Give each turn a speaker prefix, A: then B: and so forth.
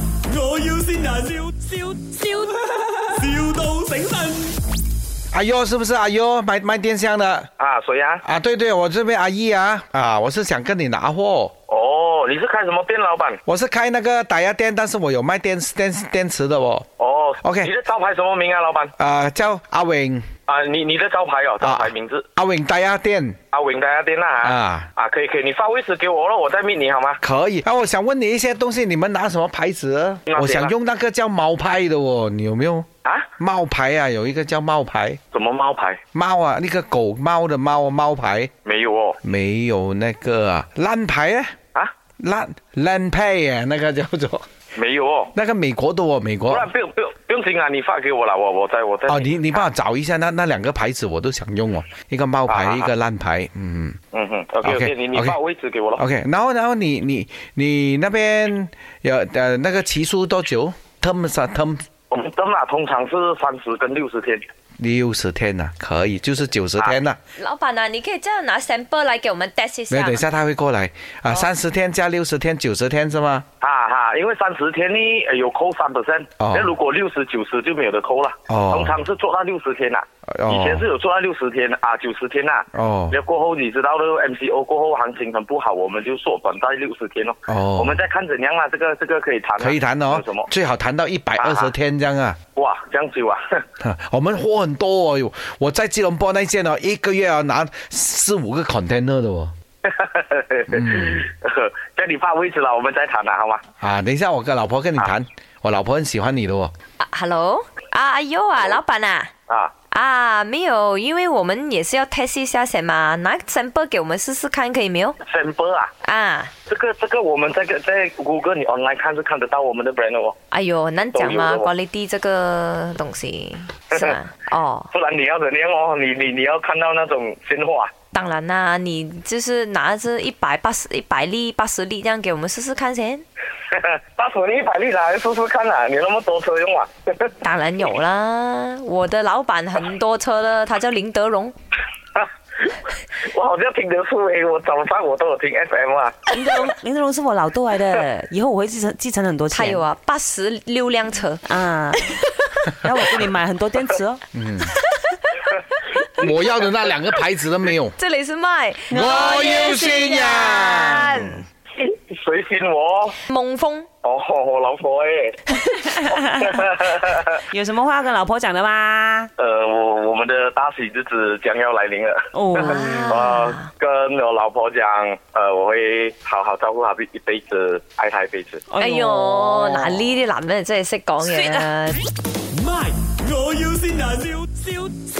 A: 要先人，笑笑笑，,笑到醒神。
B: 阿优是不是阿优卖卖电箱的
C: 啊，谁呀、
B: 啊？对对，我这边阿姨啊啊，我是想跟你拿货，
C: 哦，你是开什么店，老板？
B: 我是开那个打压店，但是我有卖电电电池的哦。
C: 哦
B: OK
C: 你的招牌什么名啊，老板？
B: 啊、叫阿伟
C: 啊，你你的招牌哦，招牌名字、
B: 阿伟打压店
C: 阿伟大家店啦啊
B: 啊，
C: 啊，可以可以，你发位置给我了，我再密你好吗？
B: 可以。那、我想问你一些东西，你们拿什么牌子？
C: 拿
B: 我
C: 谁啊
B: 想用那个叫猫牌的哦，你有没有？
C: 啊，
B: 猫牌啊，有一个叫猫牌，
C: 什么猫牌？
B: 猫啊，那个狗猫的猫猫牌
C: 没有哦，
B: 没有那个啊，烂牌啊，
C: 啊，
B: 烂烂配啊，那个叫做
C: 没有哦，
B: 那个美国的哦，美国
C: 不。然不用不用不用紧啊，你发给我了，我我再我再
B: 哦，你你帮我找一下那那两个牌子，我都想用哦，一个猫牌，
C: 啊啊啊
B: 一个烂牌，嗯
C: 嗯哼，OK
B: OK，
C: OK，你你
B: OK 哦
C: 发位置给我了，
B: ，OK，然后然后你你你那边有呃那个期数多久？terms 啊 term
C: 我们灯啊通常是三十跟六十天，
B: 六十天呐、可以，就是九十天呐、
D: 老板啊，你可以这样拿 sample 来给我们 test 一
B: 没
D: 下
B: 有，
D: 吗
B: 等一下他会过来
C: 哦
B: 啊，三十、天加六十天，九十天是吗？
C: 哈哈，因为三十天呢呃有扣三 percent，
B: 哦
C: 那如果六十九十就没有得扣了，
B: 哦
C: 通常是做到六十天啦，
B: 哦
C: 以前是有做到六十天啊九十天啦，
B: 哦
C: 那过后你知道了 MCO 过后行情很不好，我们就缩短到六十天咯，
B: 哦
C: 我们再看怎样啦，这个这个可以谈啊，
B: 可以谈哦
C: 有什么，
B: 最好谈到一百二
C: 啊
B: 十
C: 啊
B: 天这样啊。
C: 哇这样久啊，
B: 哈我们货很多哦，有我在吉隆坡那间哦，一个月要拿四五个 container 的哦。嗯
C: 叫你发位置了，我们再谈啦，好吗？
B: 啊，等一下我跟老婆跟你
C: 啊
B: 谈，我老婆很喜欢你的哦。
D: 啊，hello，啊，阿优啊，老板啊。
C: 啊。
D: 啊，没有，因为我们也是要 test 一下先嘛，拿 sample 给我们试试看，可以没有？
C: sample 啊，
D: 啊，
C: 这个这个我们这个在谷歌你 online 看是看得到我们的 brand 的哦，
D: 哎呦，难讲嘛
C: 都有的
D: ，quality 这个 东西是吗？哦，
C: 不然你要怎样哦？你你你要看到那种鲜花 啊
D: 当然啦、你就是拿这一百八十、一百粒、八十粒这样给我们试试看先。，
C: 八十粒一百粒来试试看啦、你那么多车用啊？
D: 当然有啦，我的老板很多车的，他叫林德荣，
C: 我好像听得出诶，我早上我都有听 FM 啊，
E: 林德 龙，林德龙是我老豆来的，以后我会继承继承很多钱。
D: 他有啊八十六辆车。
E: 啊，然后我给你买很多电池哦。
B: 我要的那两个牌子都没有。
D: 这里是麦，
B: 我要新人。
D: 嗯
C: 谁信我？
D: 孟峰，
C: 哦，我老婆欸诶，
E: 有什么话要跟老婆讲的吗？
C: 呃，我我们的大喜之子将要来临了。
E: 哦，
C: 我跟我老婆讲，呃，我会好好照顾她一辈子，爱她一辈子。
D: 哎呦，嗱呢啲男人真係識講嘢啊！
A: 咪，我要先人，笑笑笑。